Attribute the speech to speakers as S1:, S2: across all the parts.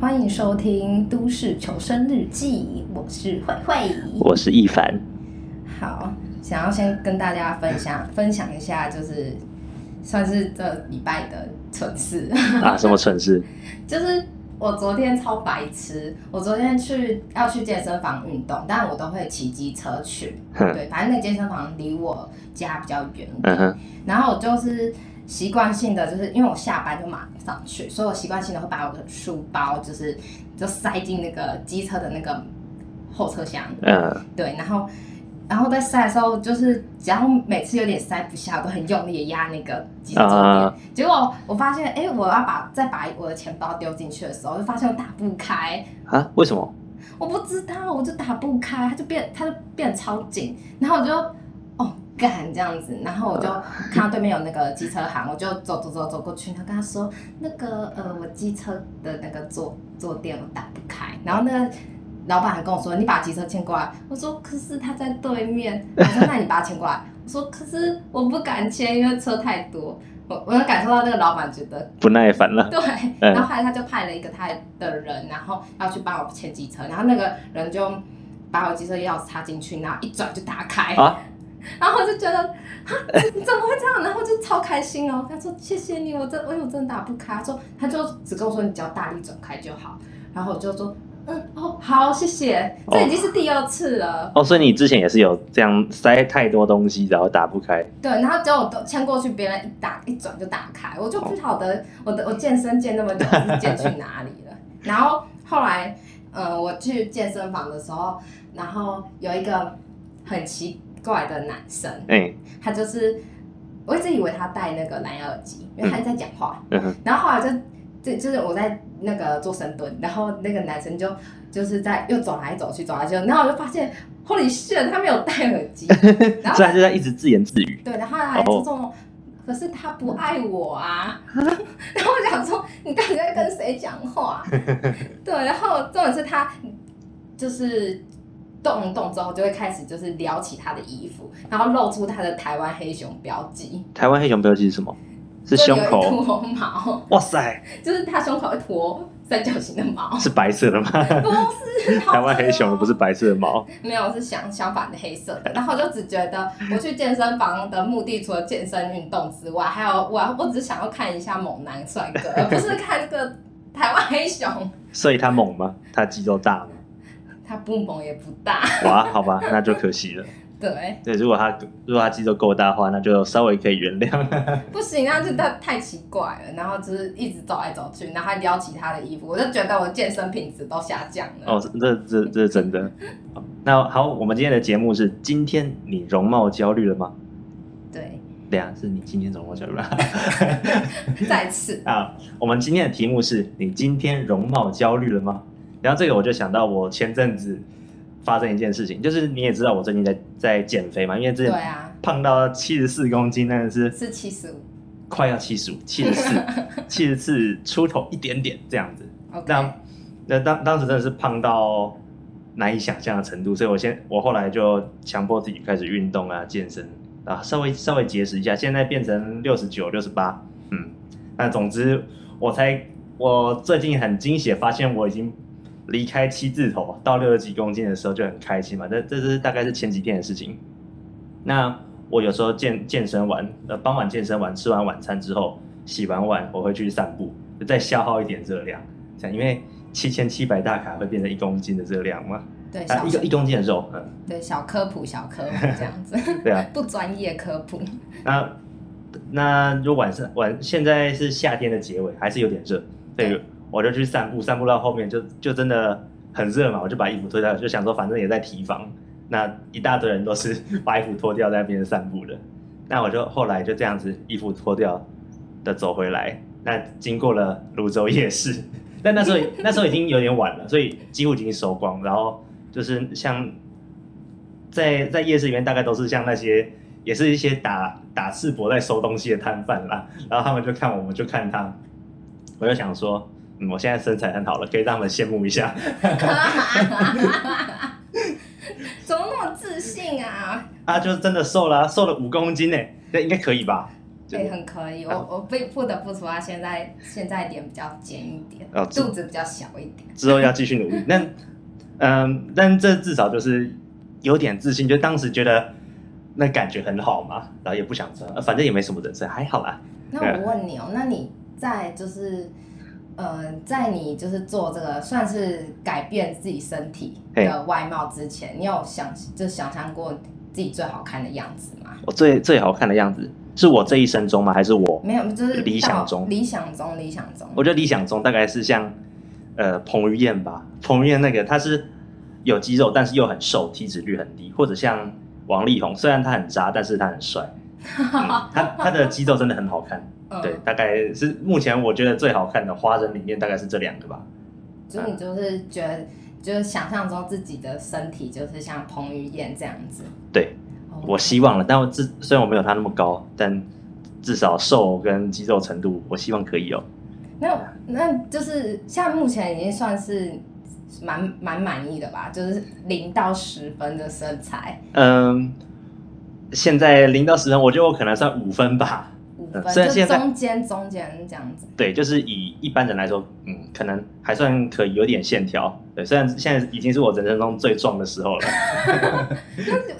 S1: 欢迎收听《都市求生日记》，我是慧慧。
S2: 我是一 凡。
S1: 好，想要先跟大家分享分享一下，就是算是这礼拜的蠢事，
S2: 啊，什么城市？
S1: 就是我昨天超白痴，我昨天去要去健身房运动，但我都会骑机车去，
S2: 哼，
S1: 对，反正那健身房离我家比较远一点，
S2: 嗯哼，
S1: 然后我就是习惯性的，就是因为我下班就马上去，所以我习惯性的会把我的书包就是就塞进那个机车的那个后车厢，
S2: 嗯，
S1: 对，然后然后在塞的时候，就是只要每次有点塞不下，我都很用力的压那个机车坐垫，
S2: 啊
S1: 结果我发现，哎，我要把再把我的钱包丢进去的时候，就发现我打不开，
S2: 啊，为什么？
S1: 我不知道，我就打不开，它就变，它就变得超紧，然后我就哦干这样子，然后我就看到对面有那个机车行，我就走走走走过去，然后跟他说那个呃我机车的那个坐坐垫我打不开，然后那个。老板还跟我说：“你把机车牵过来。”我说：“可是他在对面。”我说：“那你把它牵过来。” 我说：“可是我不敢牵，因为车太多。我”我能感受到那个老板觉得
S2: 不耐烦了。
S1: 对，
S2: 嗯
S1: 然后后来他就派了一个他的人，然后要去帮我牵机车，然后那个人就把我机车钥匙插进去，然后一转就打开，
S2: 啊
S1: 然后我就觉得啊，你怎么会这样？然后就超开心哦。他说谢谢你，我真我有真的打不开。他说他就只跟我说你只要大力转开就好，然后我就说嗯哦好谢谢，
S2: 哦
S1: 这已经是第二次了。
S2: 哦，所以你之前也是有这样塞太多东西，然后打不开。
S1: 对，然后结果我都牵过去，别人一打一转就打开，我就不晓得我的我健身健那么久是健去哪里了。然后后来，呃，我去健身房的时候，然后有一个很奇怪的男生，
S2: 哎，
S1: 他就是我一直以为他戴那个蓝牙耳机，因为他一直在讲话，
S2: 嗯哼，
S1: 然后后来就哦就就是我在那个做深蹲，然后那个男生就就是在又走来走去走来走去，然后我就发现 Holy shit，他没有戴耳机，然后
S2: 虽然就在一直自言自语。
S1: 对，然后他还注重，可是他不爱我 啊。然后我想说，你到底在跟谁讲 话？对，然后重点是他就是动一动之后，就会开始就是撩起他的衣服，然后露出他的台湾黑熊标记，
S2: 台湾黑熊标记是什么？是
S1: 就
S2: 胸
S1: 有一
S2: 口。
S1: 坨毛，
S2: 哇塞，
S1: 就是他胸口一坨三角形的 毛，
S2: 是白色的吗？
S1: 不是
S2: 台湾黑熊
S1: 好恶哦
S2: 的不是白色的毛。
S1: 没有，是相相反的黑色的。然后我就只觉得我去健身房的目的，除了健身运动之外，还有我我只想要看一下猛男帅哥，而 不是看这个台湾黑熊。
S2: 所以它猛吗？它肌肉大吗？
S1: 他不猛也不大，
S2: 哇，好吧，那就可惜了。
S1: 对，
S2: 对，如果它如果它肌肉够大的话，那就稍微可以原谅。
S1: 不行，那就太太奇怪了。然后就是一直走来走去，然后还撩起他的衣服，我就觉得我健身品质都下降了。
S2: 哦，这这这是真的。哦那好，我们今天的节目是：今天你容貌焦虑了吗？
S1: 对，
S2: 对啊，是你今天容貌焦 虑了
S1: 再 次，
S2: 啊。我们今天的题目是你今天容貌焦虑了吗？然后这个我就想到我前阵子发生一件事情，就是你也知道我最近在在减肥嘛，因为之
S1: 对
S2: 前
S1: 啊，
S2: 胖到七十四公斤，真的是
S1: 是七十五
S2: 快要七十五、七十四、七十四出头一点点这样子。
S1: ，OK，
S2: 那那当当时真的是胖到难以想象的程度，所以我先我后来就强迫自己开始运动啊、健身啊，稍微稍微节食一下，现在变成六十九、六十八，嗯，那总之我才我最近很惊喜地发现我已经离开七字头到六十几公斤的时候就很开心嘛，这这是大概是前几天的事情。那我有时候健健身完，呃，傍晚健身完，吃完晚餐之后，洗完碗，我会去散步，就再消耗一点热量，这样，因为七千七百大卡会变成一公斤的热量嘛，
S1: 对
S2: 啊，
S1: 小
S2: 一个一公斤的肉，嗯，
S1: 对小科普小科普这样子，
S2: 对啊，
S1: 不专业科普，
S2: 那那如果晚上晚现在是夏天的结尾，还是有点热，所以
S1: 对
S2: 我就去散步，散步到后面就就真的很热嘛，我就把衣服脱掉，就想说反正也在提防，那一大堆人都是 把衣服脱掉在那边散步的，那我就后来就这样子衣服脱掉的走回来，那经过了泸州夜市， 但那时候那时候已经有点晚了，所以几乎已经收光，然后就是像在在夜市里面，大概都是像那些也是一些打打赤膊在收东西的摊贩啦，然后他们就看我们就看他，我就想说，嗯，我现在身材很好了，可以让他们羡慕一下。
S1: 怎么那么自信啊？
S2: 啊，就是真的瘦了啊、瘦了五公斤呢，这应该可以吧？就
S1: 哎对，很可以。我我不不得不说，他现在现在脸比较尖一点，
S2: 哦这
S1: 肚子比较小一点。
S2: 之后要继续努力。那嗯，但这至少就是有点自信，就当时觉得那感觉很好嘛，然后也不想穿，呃反正也没什么人生，还好啦。
S1: 那我问你哦，那你在就是呃，在你就是做这个算是改变自己身体的外貌之前，你有想就想象过自己最好看的样子吗？
S2: 我最最好看的样子是我这一生中吗？还是我？
S1: 没有，就是
S2: 理想
S1: 到
S2: 中
S1: 理想中，理想中。
S2: 我觉得理想中大概是像呃彭于晏吧，彭于晏那个他是有肌肉，但是又很瘦，体脂率很低，或者像王力宏，虽然他很渣，但是他很帅。嗯他他的肌肉真的很好看，
S1: 嗯
S2: 对，，大概是目前我觉得最好看的花人里面大概是这两个吧。嗯
S1: 就是你就是觉得就是想象中自己的身体就是像彭于晏这样子。
S2: 对，
S1: 哦
S2: 我希望了，但我至虽然我没有他那么高，但至少瘦跟肌肉程度，我希望可以有。
S1: 那那就是现在目前已经算是蛮蛮满意的吧，就是零到十分的身材，
S2: 嗯，现在零到十分，我觉得我可能算五分吧。
S1: 五
S2: 嗯
S1: 分、
S2: 虽然
S1: 就
S2: 现在
S1: 中间中间这样子。
S2: 对，就是以一般人来说，嗯，可能还算可以，有点线条。对，虽然现在已经是我人生中最壮的时候了。
S1: 那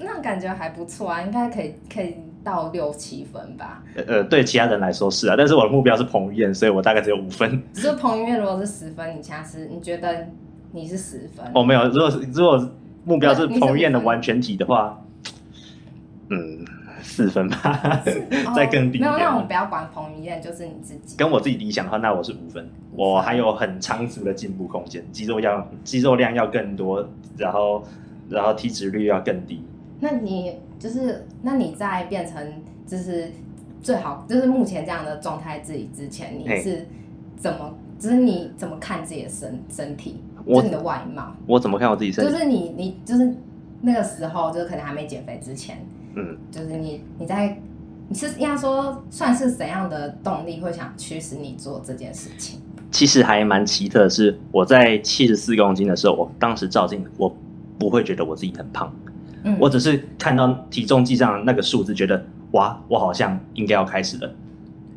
S1: 那感觉还不错啊，应该可以可以到六七分吧。
S2: 呃呃，对其他人来说是啊，但是我的目标是彭于晏，所以我大概只有五分。
S1: 只是彭于晏如果是十分，你现在是你觉得你是十分？
S2: 哦，没有，如果是如果目标是
S1: 对你是
S2: 彭于晏的
S1: 五分
S2: 完全体的话，嗯，四分吧， 再更低一
S1: 哦没有，
S2: 点
S1: 那我们不要管彭于晏，就是你自己。
S2: 跟我自己理想的话，那我是五分，
S1: 五分
S2: 我还有很长足的进步空间，肌肉要肌肉量要更多，然后然后体脂率要更低。
S1: 那你就是，那你在变成就是最好就是目前这样的状态自己之前，你
S2: 嘿
S1: 是怎么？就是你怎么看自己的身身体，就
S2: 我
S1: 是你的外貌，
S2: 我怎么看我自己身
S1: 就
S2: 体？
S1: 是你你就是那个时候，就是可能还没减肥之前，
S2: 嗯，
S1: 就是你你在你是应该说算是怎样的动力会想驱使你做这件事情？
S2: 其实还蛮奇特的是，我在七十四公斤的时候，我当时照镜子，我不会觉得我自己很胖，
S1: 嗯，
S2: 我只是看到体重计上的那个数字，觉得哇，我好像应该要开始了。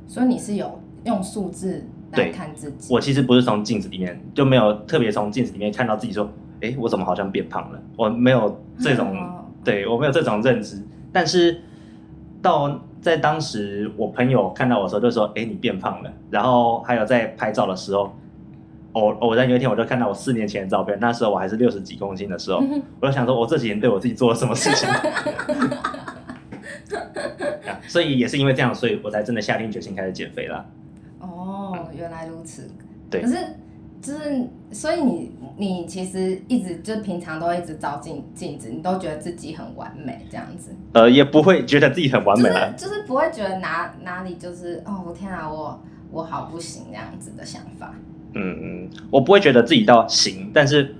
S1: 所以你是有用数字来
S2: 对
S1: 看自己，
S2: 我其实不是从镜子里面，就没有特别从镜子里面看到自己说，诶，我怎么好像变胖了？我没有这种，
S1: 哦
S2: 对我没有这种认知。但是到在当时，我朋友看到我的时候就说，诶，你变胖了。然后还有在拍照的时候，偶偶然有一天我就看到我四年前的照片，那时候我还是六十几公斤的时候，我就想说，我这几年对我自己做了什么事情。啊所以也是因为这样，所以我才真的下定决心开始减肥啦。
S1: 哦，原来如此。
S2: 对
S1: 可是就是，所以你你其实一直就平常都一直照镜镜子，你都觉得自己很完美这样子，
S2: 呃，也不会觉得自己很完美啦，
S1: 就是就是不会觉得哪哪里就是哦，我天啊，我我好不行这样子的想法。
S2: 嗯，嗯，我不会觉得自己到行，但是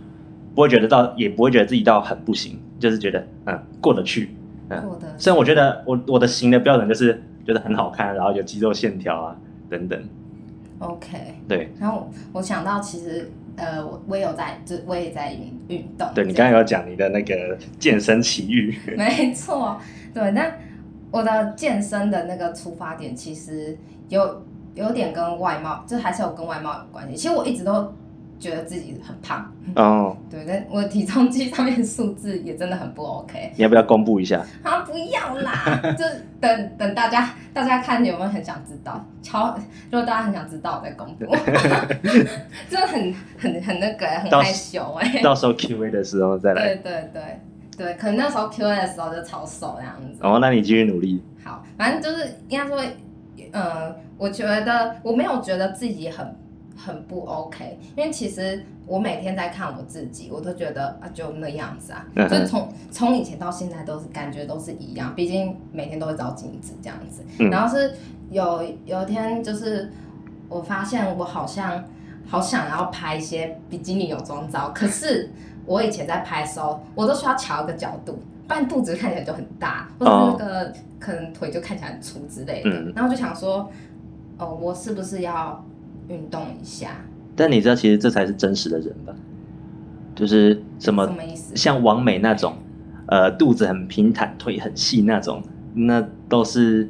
S2: 不会觉得到，也不会觉得自己到很不行，就是觉得嗯过得去。嗯
S1: 过得
S2: 虽然我觉得我我的行的标准就是觉得很好看，然后有肌肉线条啊等等，
S1: OK。
S2: 对
S1: 然后我我想到，其实呃，我我也有在，就我也在运运动。
S2: 对。你刚才有讲你的那个健身 奇遇，
S1: 没错，对，但我的健身的那个出发点其实有有点跟外貌，就还是有跟外貌有关系。其实我一直都觉得自己很胖，
S2: 哦，
S1: 对，但我的体重计上面数字也真的很不 OK。
S2: 你要不要公布一下？
S1: 啊，不要啦，就等等大家大家看有没有很想知道，超如果大家很想知道，我再公 布，就很很很那个很
S2: 到
S1: 害羞哎、
S2: 到时候 Q A 的时候再来。
S1: 对对对对，可能那时候 Q A 的时候就超瘦那样子。
S2: 哦，那你继续努力。
S1: 好，反正就是应该说，呃，我觉得我没有觉得自己很很不 OK，因为其实我每天在看我自己，我都觉得啊就那样子啊，
S2: 嗯哼
S1: 就是从从以前到现在都是感觉都是一样，毕竟每天都会照镜子这样子。
S2: 嗯
S1: 然后是有有一天就是我发现我好像好想要拍一些比基尼泳装照，可是我以前在拍的时候，我都需要调一个角度，不然肚子看起来就很大，或者
S2: 哦
S1: 是那个、呃可能腿就看起来很粗之类的。
S2: 嗯
S1: 然后就想说，哦，我是不是要运动一下？
S2: 但你知道，其实这才是真实的人吧？就是什么
S1: 什么意思？
S2: 像王美那种，呃，肚子很平坦、腿很细那种，那都是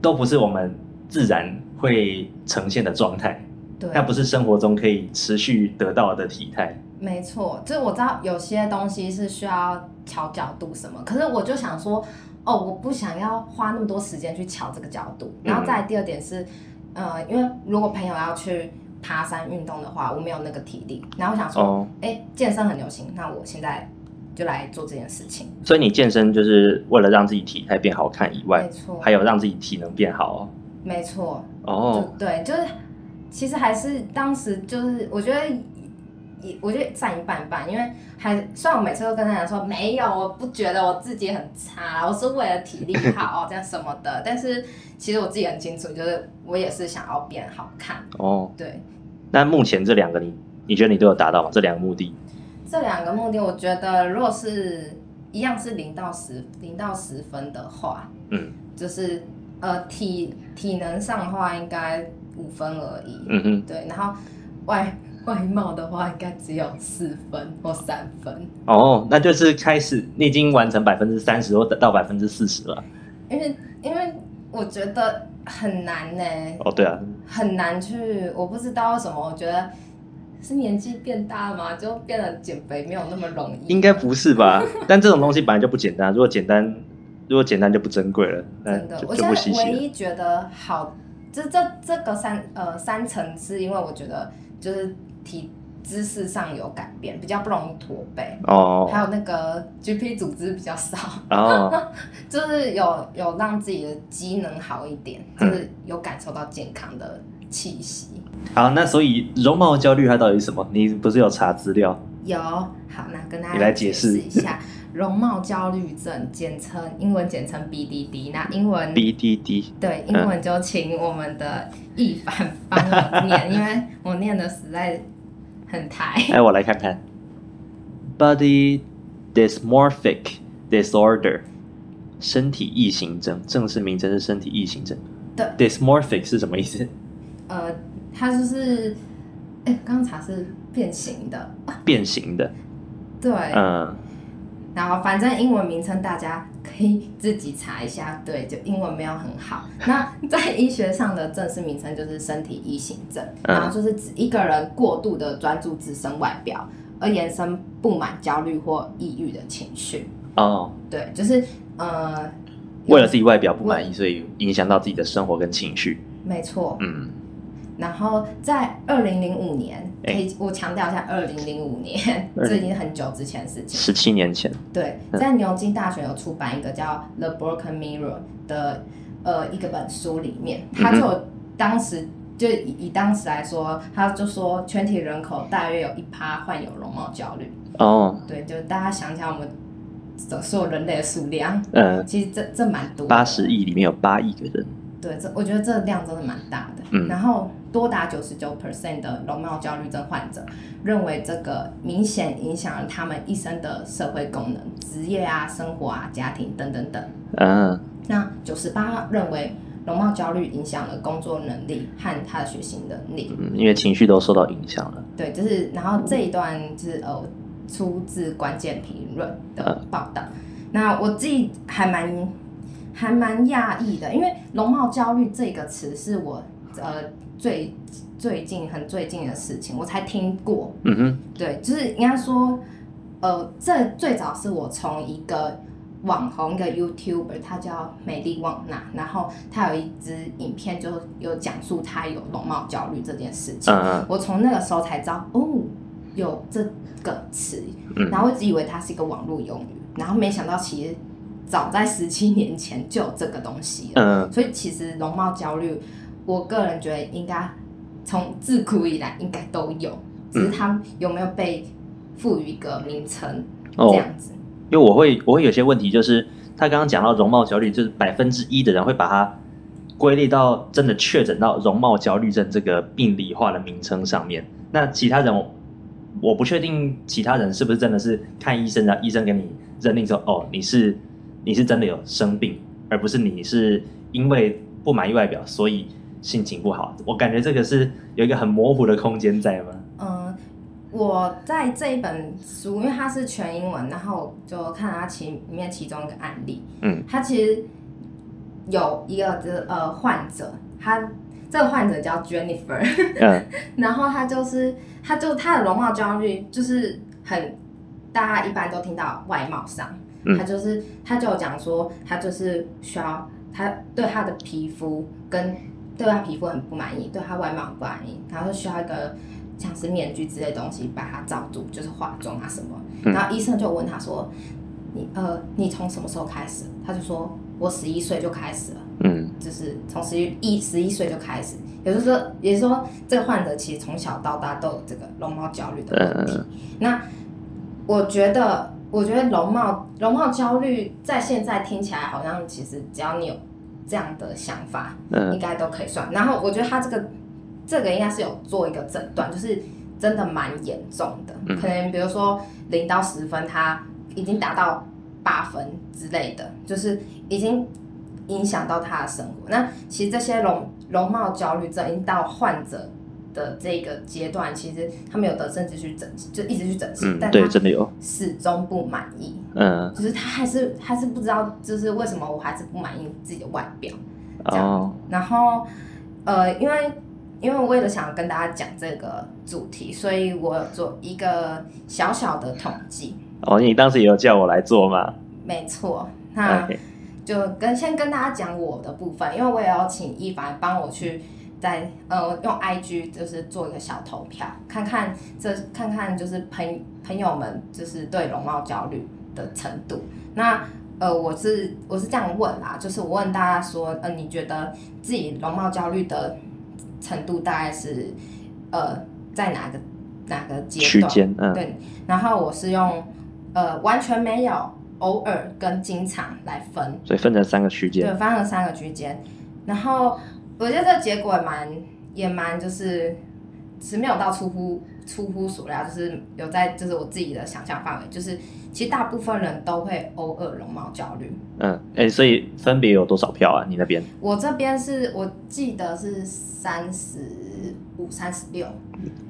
S2: 都不是我们自然会呈现的状态，
S1: 对，
S2: 那不是生活中可以持续得到的体态。
S1: 没错，就是我知道有些东西是需要调角度什么，可是我就想说，哦，我不想要花那么多时间去调这个角度。
S2: 嗯
S1: 然后再来第二点是，呃，因为如果朋友要去爬山运动的话，我没有那个体力，然后我想说，哎、
S2: 哦，
S1: 健身很流行，那我现在就来做这件事情。
S2: 所以你健身就是为了让自己体态变好看以外
S1: 没，错，
S2: 还有让自己体能变好
S1: 没错，
S2: 哦。
S1: 就
S2: 哦，
S1: 对，就是其实还是当时就是我觉得也我觉得占一半一半，因为还虽然我每次都跟他讲说没有，我不觉得我自己很差，我是为了体力好哦这样什么的，但是其实我自己很清楚，就是我也是想要变好看。
S2: 哦，
S1: 对，
S2: 那目前这两个你，你觉得你都有达到吗？这两个目的？
S1: 这两个目的，我觉得如果是一样是零到十零到十分的话，
S2: 嗯
S1: 就是呃体体能上的话应该五分而已。
S2: 嗯哼，
S1: 对，然后外外貌的话，应该只有四分或三分，
S2: 哦，那就是开始你已经完成百分之三十或到百分之四十了。
S1: 因为因为我觉得很难呢、
S2: 哦，对啊，
S1: 很难去，我不知道为什么，我觉得是年纪变大嘛，就变得减肥没有那么容易，
S2: 应该不是 吧？但这种东西本来就不简单，如果简单，如果简单就不珍贵了，那
S1: 真的，
S2: 就
S1: 我
S2: 呃就
S1: 现
S2: 不稀
S1: 在
S2: 奇
S1: 唯
S2: 了。
S1: 一觉得好，这这这个三呃三层是因为我觉得就是体姿势上有改变，比较不容易驼背，还
S2: 哦
S1: 有那个 GP 组织比较少。
S2: 哦，
S1: 就是有有让自己的机能好一点，
S2: 嗯
S1: 就是有感受到健康的气息。
S2: 好，那所以容貌焦虑它到底是什么？你不是有查资料？
S1: 有，好，那跟大
S2: 你来
S1: 家
S2: 解
S1: 解
S2: 释
S1: 释一下 容貌焦虑症，简称英文简称 BDD。那英文
S2: BDD
S1: 对英文就请我们的易凡帮我 念，因为我念的实在很台。
S2: 哎，我来看看，Body Dysmorphic Disorder，身体异形症，正式名称是身体异形症。
S1: 对
S2: ，Dysmorphic 是什么意思？
S1: 呃，它就是，哎、刚才是变形的，
S2: 变形的。
S1: 啊对，
S2: 嗯，
S1: 然后反正英文名称大家可以自己查一下，对，就英文没有很好。那在医学上的正式名称就是身体异形症，
S2: 嗯
S1: 然后就是指一个人过度的专注自身外表，而衍生不满、焦虑或抑郁的情绪。
S2: 哦，
S1: 对，就是呃，
S2: 为了自己外表不满意，所以影响到自己的生活跟情绪。
S1: 没错。
S2: 嗯，
S1: 然后在二零零五年，可
S2: 哎
S1: 以我强调一下，二零零五年，
S2: 20
S1: 这已经很久之前的事情。
S2: 十七年前。
S1: 对，
S2: 嗯
S1: 在牛津大学有出版一个叫《The Broken Mirror》的呃一个本书里面，
S2: 嗯
S1: 他就有当时就以以当时来说，他就说全体人口大约有一趴患有容貌焦虑。
S2: 哦，
S1: 对，就是大家想想我们所所有人类的数量，
S2: 嗯，
S1: 其实这这蛮多的，
S2: 八十亿里面有八亿个人。
S1: 对，这我觉得这量真的蛮大的。
S2: 嗯
S1: 然后多达九十九 percent 的容貌焦虑症患者认为这个明显影响了他们一生的社会功能、职业啊、生活啊、家庭等等等。
S2: 嗯，
S1: 那九十八认为容貌焦虑影响了工作能力和他的学习能力。
S2: 嗯因为情绪都受到影响了。
S1: 对，就是然后这一段就是呃出自关键评论的报道。那我自己还蛮还蛮讶异的，因为容貌焦虑这个词是我呃最最近很最近的事情，我才听过。
S2: 嗯哼，
S1: 对，就是应该说，呃，这最早是我从一个网红一个 YouTuber，他叫美丽旺娜，然后他有一支影片就有讲述他有容貌焦虑这件事情。
S2: 嗯
S1: 我从那个时候才知道，哦，有这个词，
S2: 嗯
S1: 然后我一直以为它是一个网络用语，然后没想到其实早在十七年前就有这个东西了。
S2: 嗯，
S1: 所以其实容貌焦虑，我个人觉得应该从自古以来应该都有，只
S2: 嗯
S1: 是它有没有被赋予一个名称、
S2: 哦
S1: 这，样子。
S2: 因为我会我会有些问题，就是他刚刚讲到容貌焦虑，就是百分之一的人会把它归类到真的确诊到容貌焦虑症这个病理化的名称上面。那其他人我我不确定其他人是不是真的是看医生啊，医生给你认定说哦你是你是真的有生病，而不是你是因为不满意外表所以心情不好。我感觉这个是有一个很模糊的空间在吗？
S1: 嗯，我在这一本书，因为它是全英文，然后我就看了它其里面其中一个案例，
S2: 嗯
S1: 它其实有一个呃患者，他这个患者叫 Jennifer，
S2: 嗯
S1: 然后他就是，他就他的容貌焦虑就是很，大家一般都听到外貌上，
S2: 嗯
S1: 他就是他就有讲说，他就是需要他对他的皮肤跟对他皮肤很不满意，对他外貌很不满意，然后需要一个像是面具之类的东西把它罩住，就是化妆啊什么。
S2: 嗯
S1: 然后医生就问他说，你呃你从什么时候开始？他就说我十一岁就开始了。
S2: 嗯
S1: 就是从十一十一岁就开始，也就是说，也就是说，这个患者其实从小到大都有这个容貌焦虑的问题。
S2: 嗯
S1: 那我觉得，我觉得容貌容貌焦虑在现在听起来好像，其实只要你有这样的想法，应
S2: 嗯
S1: 该都可以算。然后我觉得他这个这个应该是有做一个诊断，就是真的蛮严重的，
S2: 嗯
S1: 可能比如说零到十分，他已经达到八分之类的，就是已经影响到他的生活。那其实这些容容貌焦虑症已经到患者。的这个阶段，其实他们有的甚至去整，就一直去整形，
S2: 嗯，
S1: 但
S2: 对，
S1: 他
S2: 真的有，
S1: 始终不满意，
S2: 嗯
S1: 就是他还是还是不知道，就是为什么我还是不满意自己的外表。这样
S2: 哦，
S1: 然后，呃，因为因为为了想跟大家讲这个主题，所以我有做一个小小的统计。
S2: 哦，你当时也有叫我来做嘛哎
S1: 没错，那
S2: ？OK，
S1: 就跟先跟大家讲我的部分，因为我也要请一凡帮我去在呃用 IG 就是做一个小投票，看看这看看就是朋朋友们就是对容貌焦虑的程度。那呃，我是我是这样问啦，就是我问大家说，呃，你觉得自己容貌焦虑的程度大概是呃在哪个哪个阶
S2: 区
S1: 段？
S2: 间，嗯
S1: 对，然后我是用呃完全没有、偶尔跟经常来分，
S2: 所以分成三个区
S1: 对，
S2: 间，
S1: 分了三个区间。然后我觉得这个结果也蛮也蛮就是，其实没有到出乎出乎所料，就是有在就是我自己的想象范围，就是其实大部分人都会偶尔容貌焦虑。
S2: 嗯，哎，所以分别有多少票啊？你那边
S1: 我这边是我记得是三十五、三十六，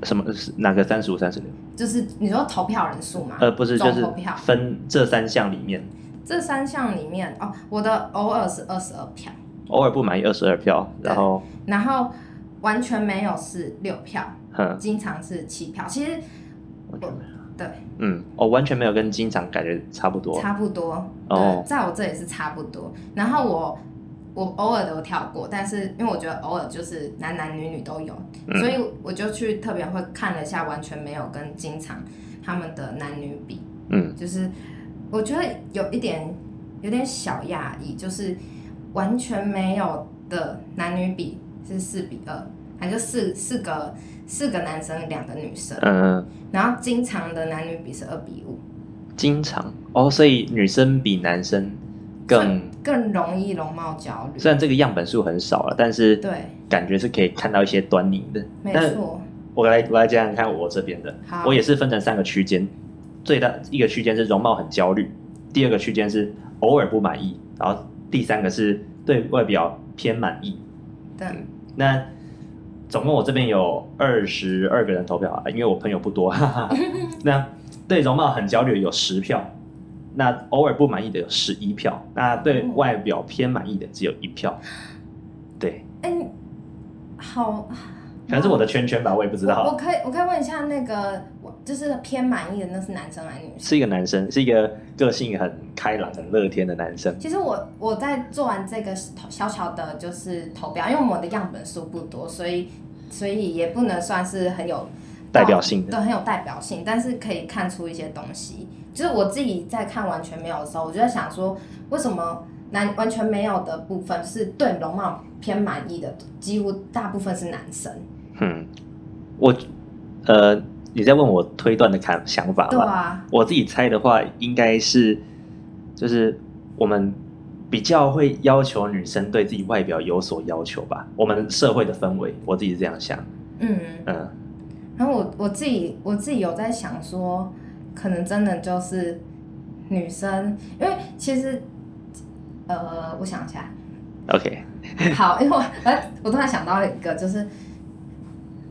S2: 什么是哪个三十五、三十六？
S1: 就是你说投票人数嘛？
S2: 呃，不是，
S1: 总
S2: 就是
S1: 投票
S2: 分这三项里面，
S1: 这三项里面哦，我的偶尔是二十二票，
S2: 偶尔不满意二十二票，
S1: 对
S2: 然后，
S1: 然后完全没有是六票，
S2: 哼，
S1: 经常是七票。其实
S2: 完全没有
S1: 对，
S2: 嗯，哦，完全没有跟经常感觉差不多，
S1: 差不多。
S2: 哦
S1: 对，在我这里是差不多。然后我我偶尔都跳过，但是因为我觉得偶尔就是男男女女都有，
S2: 嗯
S1: 所以我就去特别会看了一下完全没有跟经常他们的男女比，
S2: 嗯
S1: 就是我觉得有一点有点小讶异，就是完全没有的男女比是四比二，反正就四四个四个男生两个女生，
S2: 嗯，嗯
S1: 然后经常的男女比是二比五，
S2: 经常哦，所以女生比男生更，
S1: 更容易容貌焦虑。
S2: 虽然这个样本数很少了，但是
S1: 对，
S2: 感觉是可以看到一些端倪的。
S1: 没
S2: 但
S1: 错，
S2: 我来我来讲讲看我这边的，
S1: 好，
S2: 我也是分成三个区间，最大一个区间是容貌很焦虑，第二个区间是偶尔不满意，然后第三个是对外表偏满意。
S1: 对，
S2: 嗯那总共我这边有二十二个人投票啊，因为我朋友不多，哈哈哈。那对容貌很焦虑有十票，那偶尔不满意的有十一票，那对外表偏满意的只有一票。对，
S1: 哎、你好，
S2: 可能是我的圈圈吧，我也不知
S1: 我
S2: 道。
S1: 我可以我可以问一下那个，我就是偏满意的那是男生还是女生？
S2: 是一个男生，是一个个性很开朗、很乐天的男生。
S1: 其实我我在做完这个投小小的就是投标，因为我们的样本数不多，所以所以也不能算是很有
S2: 代表性的
S1: 对，很有代表性，但是可以看出一些东西。就是我自己在看完全没有的时候，我就在想说，为什么男完全没有的部分是对容貌偏满意的，几乎大部分是男生。
S2: 嗯，我呃，你在问我推断的看想法
S1: 对
S2: 吗？
S1: 啊，
S2: 我自己猜的话，应该是就是我们比较会要求女生对自己外表有所要求吧。我们社会的氛围，我自己是这样想。
S1: 嗯。
S2: 嗯，
S1: 然后我我自己我自己有在想说，可能真的就是女生，因为其实，呃，我想一下，
S2: OK，
S1: 好，因为我我我突然想到一个，就是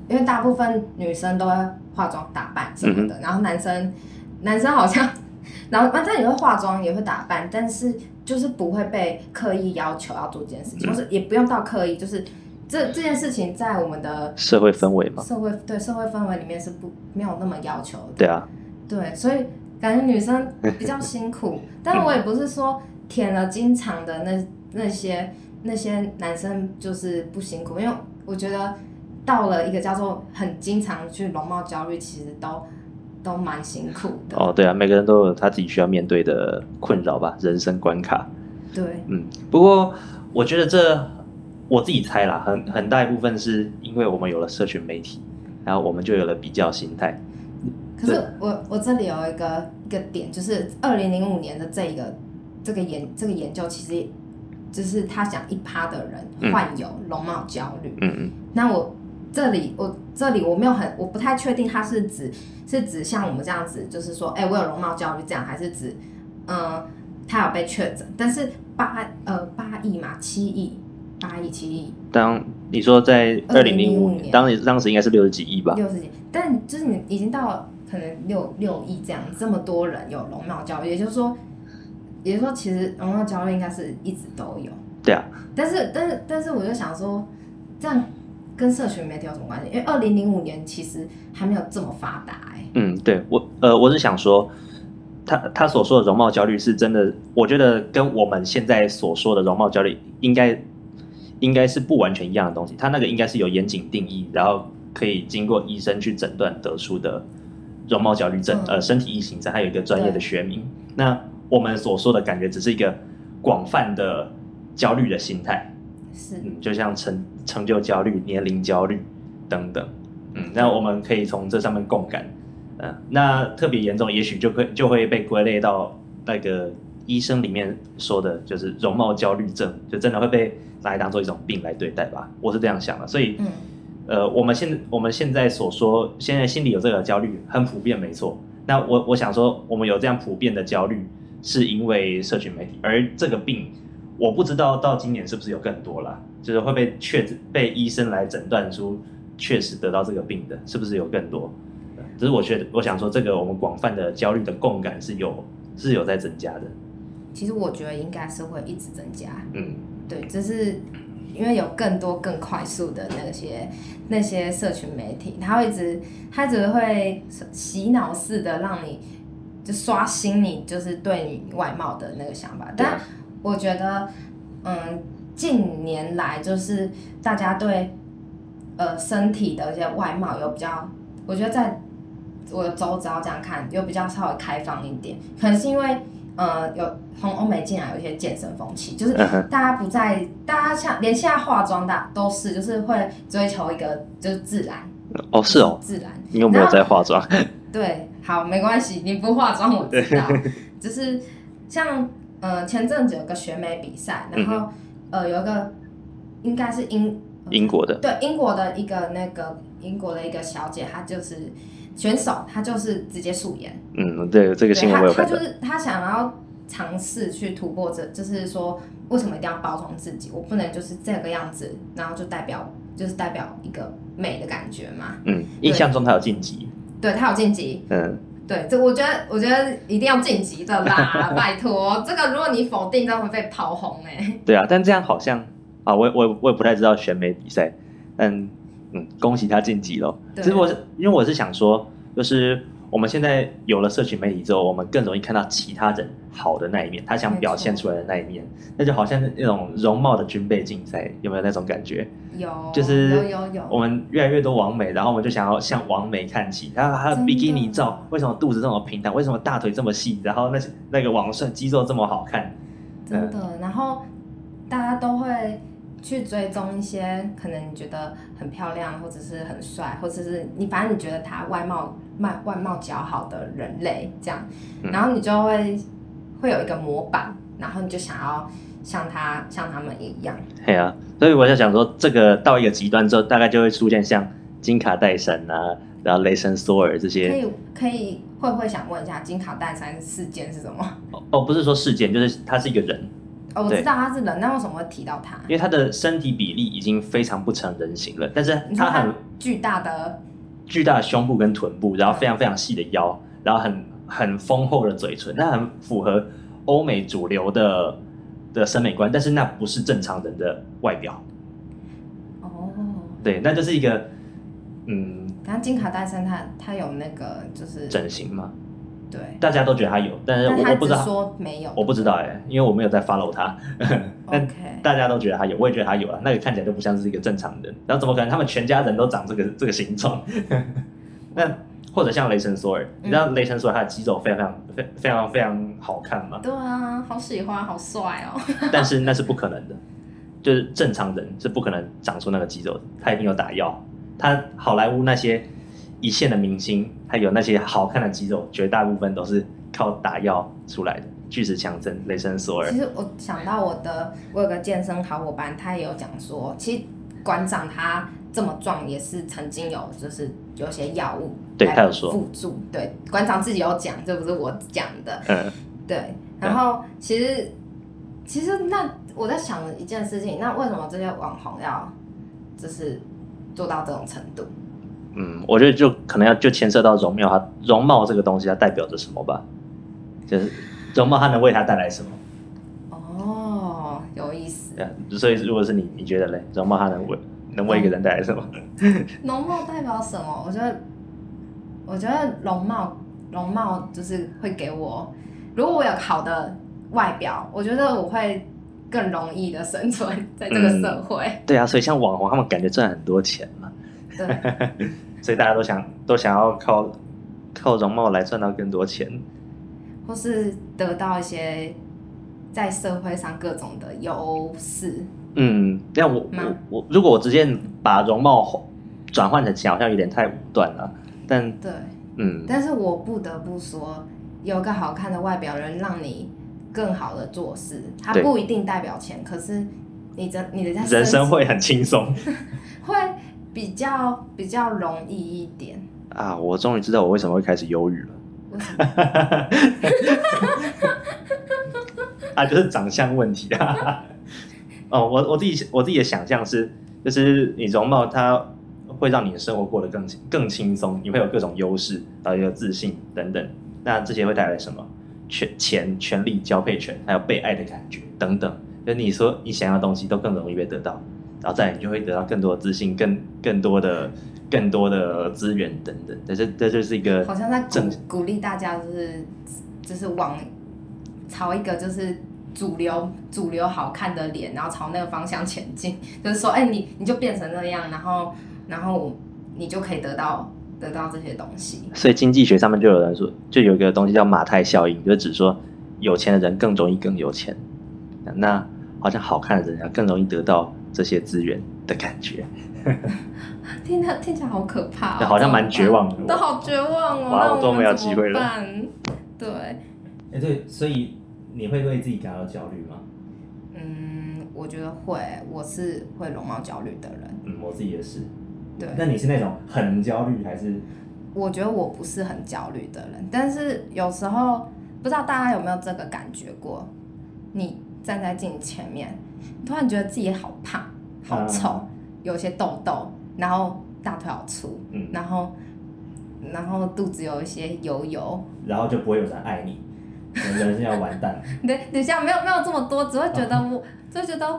S1: 因为大部分女生都会化妆打扮什 么的，然后男生男生好像，然后反正也会化妆也会打扮，但是就是不会被刻意要求要做这件事情，
S2: 嗯
S1: 或是也不用到刻意，就是这这件事情在我们的
S2: 社会氛围嘛，
S1: 社会对社会氛围里面是不没有那么要求的。
S2: 对啊，
S1: 对，所以感觉女生比较辛苦， 但我也不是说舔了经常的那那些那些男生就是不辛苦，因为我觉得到了一个叫做很经常去容貌焦虑，其实都都蛮辛苦的。
S2: 哦，对啊，每个人都有他自己需要面对的困扰吧，人生关卡。
S1: 对，
S2: 嗯，不过我觉得这我自己猜啦，很很大一部分是因为我们有了社群媒体，然后我们就有了比较心态。
S1: 可是我我这里有一个一个点，就是二零零五年的这一个这个研这个研究，其实就是他讲一趴的
S2: 嗯
S1: 人患有容貌焦虑，
S2: 嗯嗯，
S1: 那我这里我这里我没有很我不太确定它是指是指像我们这样子，就是说，哎、我有容貌焦虑这样，还是指，嗯、他有被确诊，但是八呃八亿嘛，七亿，八亿七亿
S2: 当你说在二零零五
S1: 2005
S2: 年，
S1: 年
S2: 当时当时应该是六十几亿吧？
S1: 六十几，但就是你已经到了可能六六亿这样，这么多人有容貌焦虑，也就是说，也就是说，其实容貌焦虑应该是一直都有。
S2: 对啊，
S1: 但是，但是，但是，我就想说，这样跟社群媒体有什么关系？因为二零零五年其实还没有这么发达、欸，
S2: 嗯，对我呃，我是想说，他他所说的容貌焦虑是真的，我觉得跟我们现在所说的容貌焦虑应该应该是不完全一样的东西，他那个应该是有严谨定义，然后可以经过医生去诊断得出的容貌焦虑症、
S1: 嗯
S2: 呃身体异形症，它有一个专业的
S1: 对
S2: 学名。那我们所说的感觉只是一个广泛的焦虑的心态，
S1: 是
S2: 嗯，就像成成就焦虑、年龄焦虑等等，嗯，那我们可以从这上面共感，嗯、那特别严重，也许就会就会被归类到那个医生里面说的，就是容貌焦虑症，就真的会被拿来当做一种病来对待吧，我是这样想的，所以，
S1: 嗯
S2: 呃，我们现我们现在所说，现在心里有这个焦虑很普遍，没错。那我我想说，我们有这样普遍的焦虑，是因为社群媒体，而这个病，我不知道到今年是不是有更多啦，就是会被确诊被医生来诊断出确实得到这个病的，是不是有更多？呃只是我觉得，我想说，这个我们广泛的焦虑的共感是有是有在增加的，
S1: 其实我觉得应该是会一直增加，
S2: 嗯，
S1: 对，这是因为有更多更快速的那些那些社群媒体，它会一直它只会洗脑似的让你就刷新你就是对你外貌的那个想法，
S2: 对
S1: 但
S2: 啊
S1: 我觉得，嗯，近年来就是大家对呃身体的一些外貌有比较，我觉得在我的周遭这样看，有比较稍微开放一点，可能是因为呃有从欧美进来有一些健身风气，就是
S2: 嗯哼
S1: 大家不再大家像连现在化妆大都是就是会追求一个就是自然，
S2: 哦，是哦，
S1: 自然。
S2: 你有没有
S1: 那
S2: 在化妆？
S1: 对，好，没关系，你不化妆我知道。 就是像呃，前阵子有个选美比赛，然
S2: 嗯
S1: 后、呃有一个应该是英
S2: 英国的，
S1: 对英国的一个那个英国的一个小姐，她就是选手，她就是直接素颜，
S2: 嗯，对，这个
S1: 对
S2: 新闻
S1: 她
S2: 我有
S1: 她
S2: 看
S1: 就
S2: 到，
S1: 是她想要尝试去突破这，就是说为什么一定要包装自己？我不能就是这个样子，然后就代表就是代表一个美的感觉嘛？
S2: 嗯，印象中他有晋级，
S1: 对，她有晋级，
S2: 嗯。
S1: 对，这我觉得，我觉得一定要晋级的 啦，拜托，这个如果你否定，真的会被炮轰哎、
S2: 对啊，但这样好像啊，我也我也我也不太知道选美比赛，但嗯，恭喜他晋级了。
S1: 对啊
S2: 其实我是因为我是想说，就是我们现在有了社群媒体之后，我们更容易看到其他人好的那一面，他想
S1: 没错
S2: 表现出来的那一面，那就好像那种容貌的军备竞赛，有没有那种感觉？
S1: 有，
S2: 就是
S1: 有有
S2: 我
S1: 有，
S2: 们越来越多王美，然后我们就想要向王美看齐。然后她的
S1: 真的
S2: 比基尼照，为什么肚子这么平坦？为什么大腿这么细？然后那些那个网帅肌肉这么好看？
S1: 真的。然后大家都会去追踪一些可能你觉得很漂亮，或者是很帅，或者是你反正你觉得他外貌外外貌姣好的人类这样，
S2: 嗯
S1: 然后你就会会有一个模板，然后你就想要像他像他们一样。
S2: 对啊，所以我就想说，这个到一个极端之后，大概就会出现像金卡戴珊啊，然后雷神索尔这
S1: 可
S2: 些。
S1: 以可以会不会想问一下金卡戴珊事件是什么？
S2: 哦，不是说事件，就是他是一个人，
S1: 哦，我
S2: 对
S1: 知道他是人，但为什么会提到他？
S2: 因为他的身体比例已经非常不成人形了，但是
S1: 你说
S2: 他
S1: 他
S2: 很
S1: 巨大的，
S2: 巨大的胸部跟臀部，然后非常非常细的腰，然后很很丰厚的嘴唇，那很符合欧美主流的的审美观，但是那不是正常人的外表。
S1: 哦，
S2: 对，那就是一个嗯
S1: 然后金卡戴珊她她有那个就是
S2: 整形嘛，
S1: 对，
S2: 大家都觉得他有，但是
S1: 但
S2: 我
S1: 她
S2: 我不
S1: 只
S2: 知道，
S1: 说没有，
S2: 我不知道哎、因为我没有在 follow 他。但
S1: OK，
S2: 大家都觉得他有，我也觉得他有了，啊那个看起来就不像是一个正常人。然后怎么可能他们全家人都长这个这个形状？ 那或者像雷神索尔，你知道雷神索尔他的肌肉非常非常非常非常好 看嘛？
S1: 对啊，好喜欢，好帅哦，
S2: 但是那是不可能的，就是正常人是不可能长出那个肌肉的，他一定有打药。他好莱坞那些一线的明星，还有那些好看的肌肉，绝大部分都是靠打药出来的。巨石强森、雷神索尔
S1: 其，实我想到我的，我有个健身好伙伴，他也有讲说，其实馆长他这么壮也是曾经有就是有些药物
S2: 对
S1: 来
S2: 他有说
S1: 辅助，对馆长自己有讲，这不是我讲的，
S2: 嗯，
S1: 对。然后其实其实那我在想一件事情，那为什么这些网红要就是做到这种程度？
S2: 嗯，我觉得就可能要就牵涉到容貌，它容貌这个东西它代表着什么吧，就是容貌它能为他带来什么？
S1: 哦，有意思。
S2: 对啊，所以如果是你，你觉得嘞，容貌它能为能为一个人带来什么？
S1: 容貌代表什么？我觉得，我觉得容貌，容貌就是会给我，如果我有好的外表，我觉得我会更容易的生存在这个社会。
S2: 对啊，所以像网红他们感觉赚很多钱嘛，
S1: 对，
S2: 所以大家都想都想要靠靠容貌来赚到更多钱。
S1: 或是得到一些在社会上各种的优势。
S2: 嗯，那我
S1: 吗
S2: 我我如果我直接把容貌转换成钱，好像有点太武断了。但
S1: 对，
S2: 嗯，
S1: 但是我不得不说，有个好看的外表能让你更好的做事，它
S2: 对
S1: 不一定代表钱，可是你的你的在
S2: 人
S1: 生
S2: 生会很轻松。
S1: 会比较比较容易一点。
S2: 啊，我终于知道我为什么会开始忧郁了。
S1: 为什么？
S2: 啊，就是长相问题啊。 哦，我我自己我自己的想象是，就是你容貌它会让你的生活过得更更轻松，你会有各种优势，然后也有自信等等。那这些会带来什么？权钱、权力、交配权，还有被爱的感觉等等，就是你说你想要的东西都更容易被得到，然后再来你就会得到更多的自信、更更多的更多的资源等等。这这这就是一个
S1: 好像在鼓
S2: 正
S1: 鼓励大家，就是就是往朝一个就是主流主流好看的脸，然后朝那个方向前进。就是说，哎、你你就变成那样，然后然后你就可以得到得到这些东西。
S2: 所以经济学上面就有人说，就有一个东西叫马太效应，就是指说有钱的人更容易更有钱，那好像好看的人啊更容易得到这些资源的感觉，
S1: 听他听起来好可怕、哦，
S2: 好像蛮绝望
S1: 怎么
S2: 的
S1: 办，都。好绝望哦。
S2: 哇
S1: 那
S2: 我都
S1: 们
S2: 没有
S1: 怎么
S2: 机会了
S1: 办。对，
S2: 哎、对，所以你会为自己感到焦虑吗？
S1: 嗯，我觉得会，我是会容貌焦虑的人。
S2: 嗯，我自己也是。
S1: 对，
S2: 你是那种很焦虑还是？
S1: 我觉得我不是很焦虑的人，但是有时候不知道大家有没有这个感觉过，你站在镜前面，突然觉得自己好胖、好丑，有些痘痘，然后大腿好粗，
S2: 嗯
S1: 然后然后肚子有一些油油，
S2: 然后就不会有人爱你，人生要完蛋。
S1: 对，等一下没有没有这么多，只会觉得我，就会觉得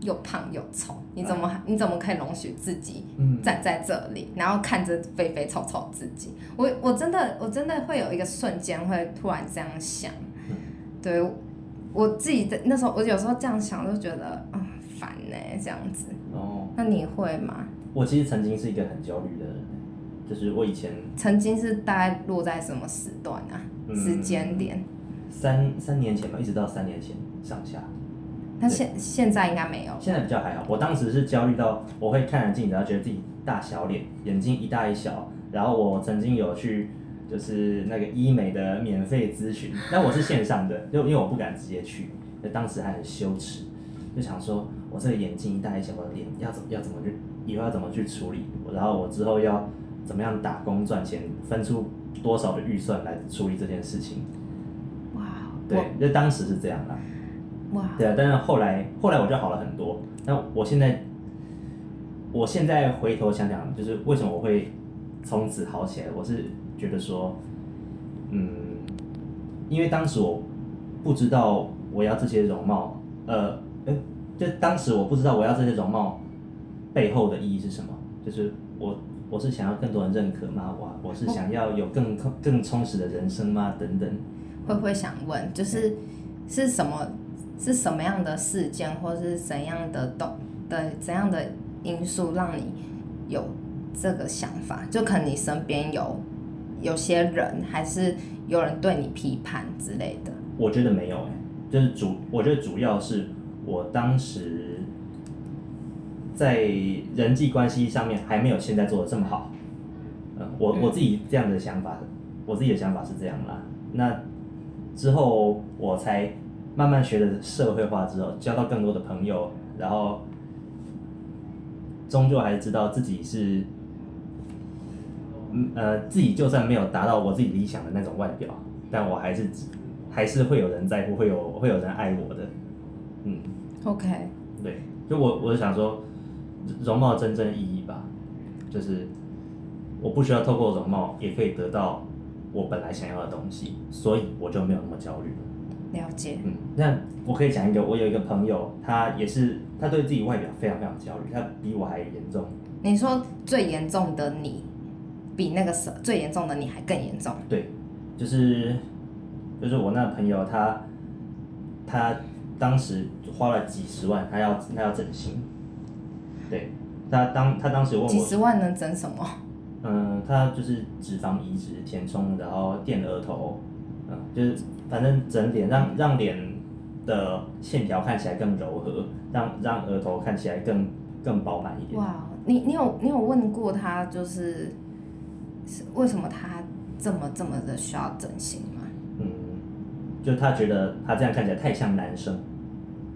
S1: 又胖又丑，你怎么你怎么可以容许自己
S2: 嗯
S1: 站在这里，然后看着肥肥丑丑自己，我我真的我真的会有一个瞬间会突然这样想，
S2: 嗯
S1: 对我自己在那时候，我有时候这样想就觉得嗯烦呢、这样子。
S2: 哦，
S1: 那你会吗？
S2: 我其实曾经是一个很焦虑的人，就是我以前
S1: 曾经是大概落在什么时段啊？
S2: 嗯
S1: 时间点？
S2: 三三年前吧，一直到三年前上下。
S1: 那现现在应该没有。
S2: 现在比较还好，我当时是焦虑到我会看着镜子，然后觉得自己大小脸，眼睛一大一小。然后我曾经有去就是那个医美的免费咨询，但我是线上的， 就因为我不敢直接去，就当时还很羞耻，就想说我这个眼睛一大一小，我的脸要怎要怎么去，以后要怎么去处理，然后我之后要怎么样打工赚钱，分出多少的预算来处理这件事情。
S1: 哇，
S2: 对，就当时是这样啦。
S1: 我哇，
S2: 对啊，但是后来后来我就好了很多。那我现在，我现在回头想想，就是为什么我会从此好起来？我是觉得说，嗯，因为当时我不知道我要这些容貌呃，哎，就当时我不知道我要这些容貌背后的意义是什么，就是我我是想要更多人认可吗？我我是想要有更更充实的人生吗？等等，
S1: 会不会想问，就是是什么是什么样的事件，或是怎样的动的怎样的因素让你有这个想法？就可能你身边有有些人，还是有人对你批判之类的。
S2: 我觉得没有、欸，就是主，我觉得主要是我当时在人际关系上面还没有现在做的这么好。呃，我
S1: 嗯
S2: 我自己这样的想法，我自己的想法是这样啦。那之后我才慢慢学的社会化之后，交到更多的朋友，然后终究还是知道自己是，嗯呃，自己就算没有达到我自己理想的那种外表，但我还是还是会有人在乎，会有会有人爱我的，嗯，
S1: OK，
S2: 对，就我我是想说，容貌真正意义吧，就是我不需要透过容貌也可以得到我本来想要的东西，所以我就没有那么焦虑了。
S1: 了解。
S2: 嗯，那我可以讲一个，我有一个朋友，他也是，他对自己外表非常非常焦虑，他比我还严重。
S1: 你说最严重的你，比那个什最严重的你还更严重。
S2: 对，就是就是我那个朋友他，他当时花了几十万，他要他要整形。对，他当他当时问我
S1: 几十万能整什么？
S2: 嗯，它就是脂肪移植、填充，然后垫额头，嗯，就是反正整脸让让脸的线条看起来更柔和，让让额头看起来更更饱满一点。
S1: 哇，你你有你有问过他，就是是为什么他这么这么的需要整形吗？
S2: 嗯，就他觉得他这样看起来太像男生，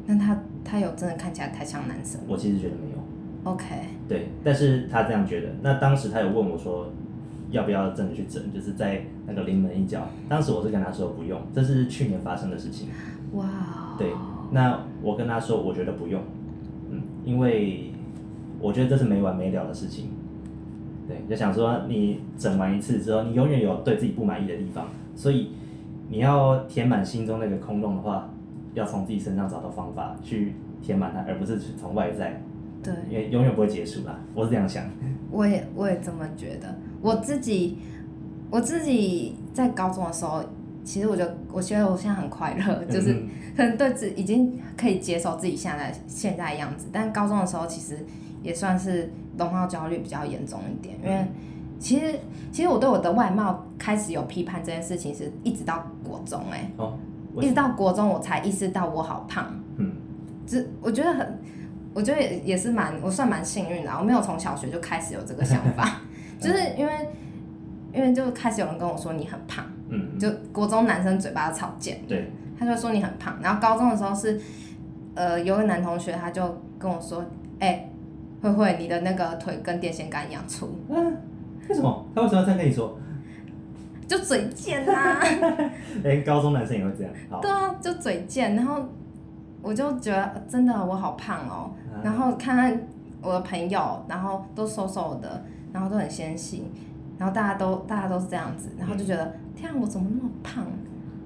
S1: 那他他有真的看起来太像男生
S2: 我其实觉得没有，
S1: ？OK，
S2: 对，但是他这样觉得。那当时他有问我说，要不要真的去整，就是在那个临门一脚。当时我是跟他说不用，这是去年发生的事情。
S1: 哇，
S2: 对，
S1: 哦
S2: 那我跟他说，我觉得不用，嗯，因为我觉得这是没完没了的事情。对，就想说你整完一次之后，你永远有对自己不满意的地方，所以你要填满心中那个空洞的话，要从自己身上找到方法去填满它，而不是去从外在，
S1: 对，
S2: 因为永远不会结束啦。我是这样想，
S1: 我也我也这么觉得。我自己我自己在高中的时候，其实我就我觉得我现在很快乐，就是
S2: 嗯
S1: 可能对自已经可以接受自己现在的现在的样子，但高中的时候其实也算是容貌焦虑比较严重一点，因
S2: 嗯
S1: 为其实其实我对我的外貌开始有批判这件事情，是一直到国中哎、
S2: 哦，我
S1: 一直到国中我才意识到我好胖，
S2: 嗯
S1: 这我觉得很，我觉得也也是蛮，我算蛮幸运的啊、我没有从小学就开始有这个想法，就是因为因为就开始有人跟我说你很胖，
S2: 嗯，
S1: 就国中男生嘴巴吵架，
S2: 对，
S1: 他就说你很胖，然后高中的时候是，呃，有个男同学他就跟我说，哎、慧慧你的那个腿跟电线杆一样粗，
S2: 嗯、为什么他为什么要这样跟你说？
S1: 就嘴贱啊，
S2: 连、高中男生也会这样，好，
S1: 对啊，就嘴贱，然后我就觉得呃真的我好胖哦，
S2: 嗯
S1: 然后看看我的朋友，然后都瘦瘦的，然后都很纤细，然后大家都大家都是这样子，然后就觉得天啊，我怎么那么胖？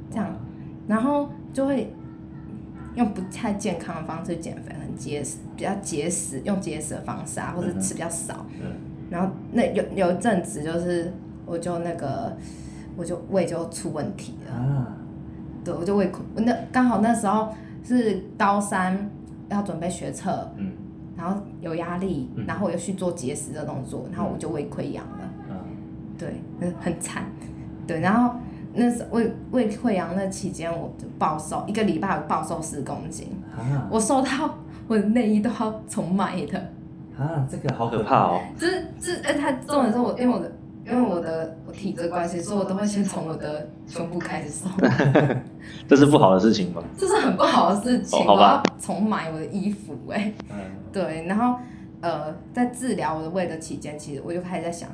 S1: 这样，然后就会用不太健康的方式减肥，很节食，比较节食，用节食的方式啊，或者
S2: 嗯哼
S1: 吃比较少。
S2: 嗯。
S1: 然后那有有一阵子就是，我就那个，我就胃就出问题了。
S2: 啊，
S1: 对，我就胃口，那刚好那时候是高三要准备学测，
S2: 嗯
S1: 然后有压力
S2: 嗯，
S1: 然后我又去做节食的动作，然后我就胃溃疡了，
S2: 嗯
S1: 对，很很惨，对，然后那时候胃胃溃疡那期间我就暴瘦，一个礼拜我暴瘦十公斤，
S2: 啊
S1: 我瘦到我的内衣都要重买的，
S2: 啊，这个好
S3: 可
S2: 可
S3: 怕
S2: 怕
S3: 哦
S2: 哦！！
S1: 这这呃，它重点是我因为我的。因为我的我体质关系，所以我都会先从我的胸部开始瘦，
S3: 这是不好的事情吗？
S1: 这是很不好的事情。
S3: 哦好
S1: 我
S3: 吧
S1: 要重买我的衣服哎、
S2: 嗯，
S1: 对，然后呃，在治疗我的胃的期间，其实我就开始在想，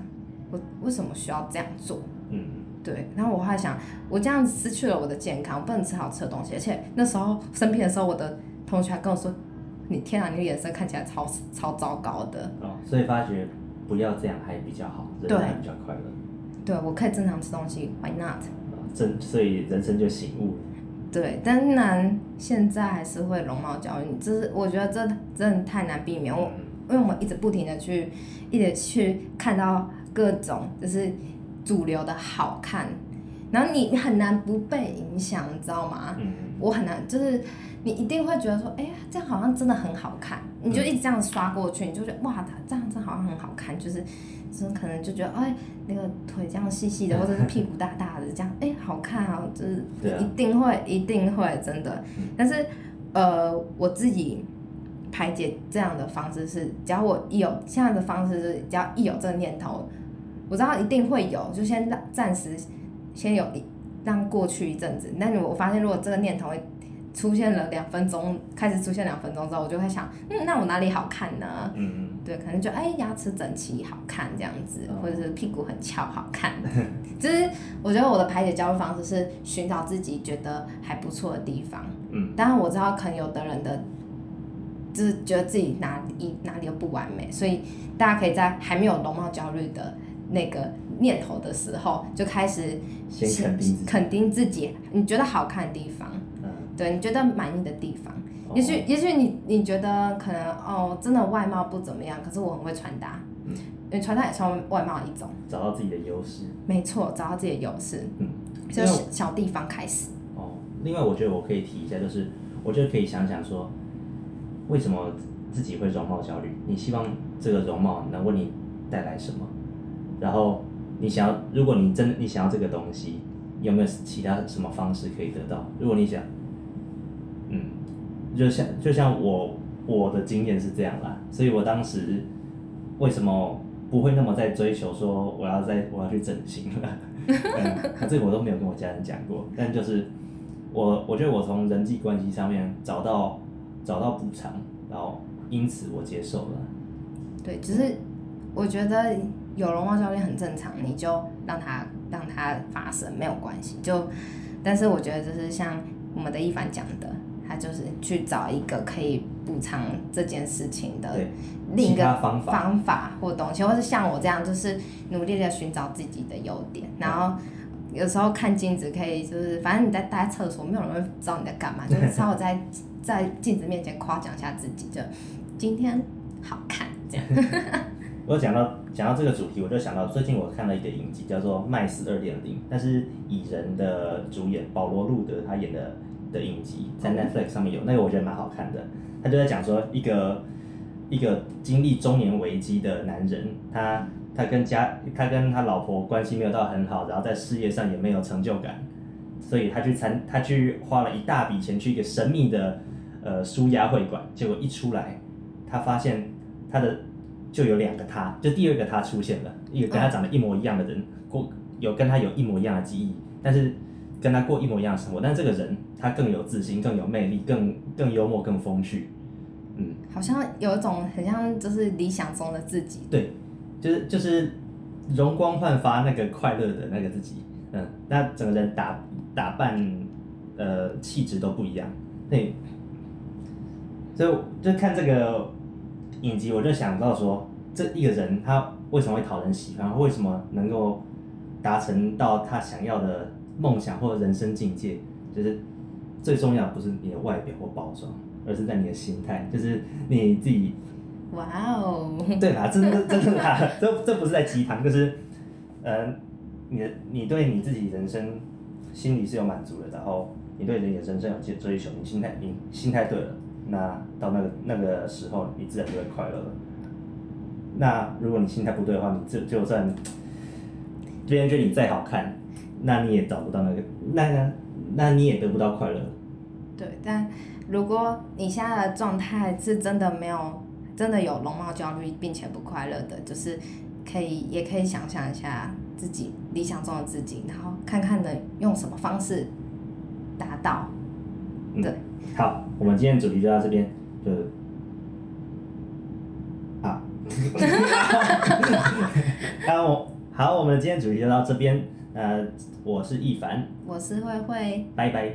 S1: 我为什么需要这样做？
S2: 嗯，
S1: 对，然后我还想，我这样失去了我的健康，我不能吃好吃的东西，而且那时候生病的时候，我的同学还跟我说，你天啊，你的脸色看起来超超糟糕的。
S2: 哦，所以发觉不要这样还比较好，人
S1: 对
S2: 还比较快乐。
S1: 对，我可以正常吃东西，Why not？
S2: 啊真，所以人生就醒悟了。
S1: 对，但男现在还是会容貌焦虑，你这是我觉得这真的太难避免。我因为我们一直不停的去，一直去看到各种就是主流的好看，然后你很难不被影响，你知道吗？
S2: 嗯，
S1: 我很难，就是你一定会觉得说，哎呀，这样好像真的很好看，你
S2: 嗯
S1: 就一直这样刷过去，你就觉得哇，这样子好像很好看，就是，就是可能就觉得，哎，那个腿这样细细 的，或者是屁股大大的，这样，哎，好看啊，就是
S2: 对啊
S1: 一定会，一定会，真的
S2: 嗯。
S1: 但是，呃，我自己排解这样的方式是，只要我一有这样的方式，是只要一有这个念头，我知道一定会有，就先让暂时先有一让过去一阵子。但我发现，如果这个念头出现了两分钟，开始出现两分钟之后，我就会想，嗯，那我哪里好看呢？
S2: 嗯
S1: 对，可能就哎牙齿整齐好看这样子，
S2: 哦
S1: 或者是屁股很翘好看。就是我觉得我的排解焦虑方式是寻找自己觉得还不错的地方。
S4: 嗯，
S1: 当然我知道可能有的人的。就是觉得自己哪里哪里又不完美，所以大家可以在还没有容貌焦虑的那个念头的时候，就开始
S2: 先肯定自己
S1: 肯定自己你觉得好看的地方，
S2: 嗯，
S1: 对你觉得满意的地方。
S2: 哦
S1: 也许，也许你你觉得可能哦，真的外貌不怎么样，可是我很会穿搭，
S2: 嗯
S1: 因为穿搭也算外貌的一种，
S2: 找到自己的优势，
S1: 没错，找到自己的优势，
S2: 嗯，
S1: 就
S2: 因为
S1: 是小地方开始，
S2: 哦，另外我觉得我可以提一下，就是我觉得可以想想说，为什么自己会容貌焦虑？你希望这个容貌能为你带来什么？然后你想要，如果你真你想要这个东西，有没有其他什么方式可以得到？如果你想，嗯，就像就像我我的经验是这样啦，所以我当时为什么不会那么在追求说我要在我要去整形了？嗯，这个我都没有跟我家人讲过，但就是我我觉得我从人际关系上面找到找到补偿，然后因此我接受了。
S1: 对，只是我觉得有容貌焦虑很正常，你就让它让它发生没有关系，就，但是我觉得就是像我们的一凡讲的，他就是去找一个可以补偿这件事情的
S2: 对，
S1: 另一
S2: 其
S1: 个
S2: 他方法
S1: 方法或东西，或是像我这样，就是努力的寻找自己的优点，然后。有时候看镜子可以，就是反正你在待在厕所，没有人会知道你在干嘛，就是稍微在 在镜子面前夸奖一下自己，就今天好看这样。
S2: 我讲到讲到这个主题，我就想到最近我看了一个影集，叫做《麦斯二点零》，但是蚁人的主演保罗·路德他演的的影集，在 Netflix 上面有，那个我觉得蛮好看的。他就在讲说一个一个经历中年危机的男人，他他跟家他跟他老婆关系没有到很好，然后在事业上也没有成就感，所以他去参他去花了一大笔钱去一个神秘的呃舒压会馆，结果一出来，他发现他的就有两个他，就第二个他出现了，一个跟他长得一模一样的人，过有跟他有一模一样的记忆，但是跟他过一模一样的生活，但这个人他更有自信，更有魅力，更更幽默，更风趣，嗯，
S1: 好像有一种很像就是理想中的自己，
S2: 对，就是就是容光焕发那个快乐的那个自己，嗯，那整个人打打扮，呃，气质都不一样，对，所以我就看这个影集，我就想到说，这一个人他为什么会讨人喜欢，为什么能够达成到他想要的梦想或人生境界，就是最重要的不是你的外表或包装，而是在你的心态，就是你自己
S1: 哇哦，
S2: 对啦，真的真的啦， 这这不是在鸡汤，就是，呃，你的你对你自己人生心里是有满足的，然后你对你的人生有些追求，你心态你心态对了，那到那个那个时候，你自然就会快乐了。那如果你心态不对的话，你就就算别人觉得你再好看，那你也找不到那个，那那那你也得不到快乐。
S1: 对，但如果你现在的状态是真的没有，真的有容貌焦虑并且不快乐的，就是可以也可以想象一下自己理想中的自己，然后看看能用什么方式达到。
S2: 嗯
S1: 对，
S2: 好，我们今天的主题就到这边，就是啊，啊我好，我们今天的主题就到这边，呃，我是一凡，
S1: 我是慧慧，
S2: 拜拜。